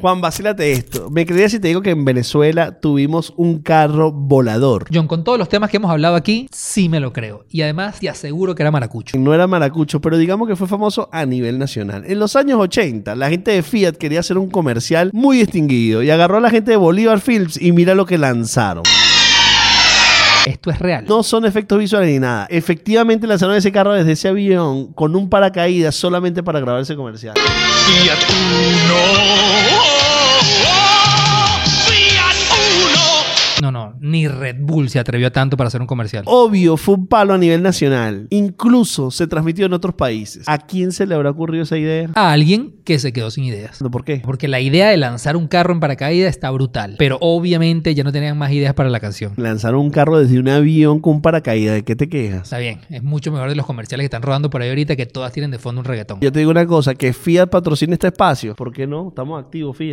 Juan, vacílate esto. Me creía si te digo que en Venezuela tuvimos un carro volador. John, con todos los temas que hemos hablado aquí, sí me lo creo. Y además te aseguro que era maracucho. No era maracucho, pero digamos que fue famoso a nivel nacional. En los años 80, la gente de Fiat quería hacer un comercial muy distinguido y agarró a la gente de Bolívar Films y mira lo que lanzaron. Esto es real. No son efectos visuales ni nada. Efectivamente lanzaron ese carro desde ese avión con un paracaídas solamente para grabar ese comercial. Fiat Uno. Fiat Uno. No, no, ni Red Bull se atrevió a tanto para hacer un comercial. Obvio, fue un palo a nivel nacional. Incluso se transmitió en otros países. ¿A quién se le habrá ocurrido esa idea? A alguien que se quedó sin ideas. ¿No, ¿Por qué? Porque la idea de lanzar un carro en paracaídas está brutal. Pero obviamente ya no tenían más ideas para la canción. Lanzaron un carro desde un avión con un paracaídas. ¿De qué te quejas? Está bien, es mucho mejor de los comerciales que están rodando por ahí ahorita que todas tienen de fondo un reggaetón. Yo te digo una cosa, que Fiat patrocina este espacio. ¿Por qué no? Estamos activos, Fiat.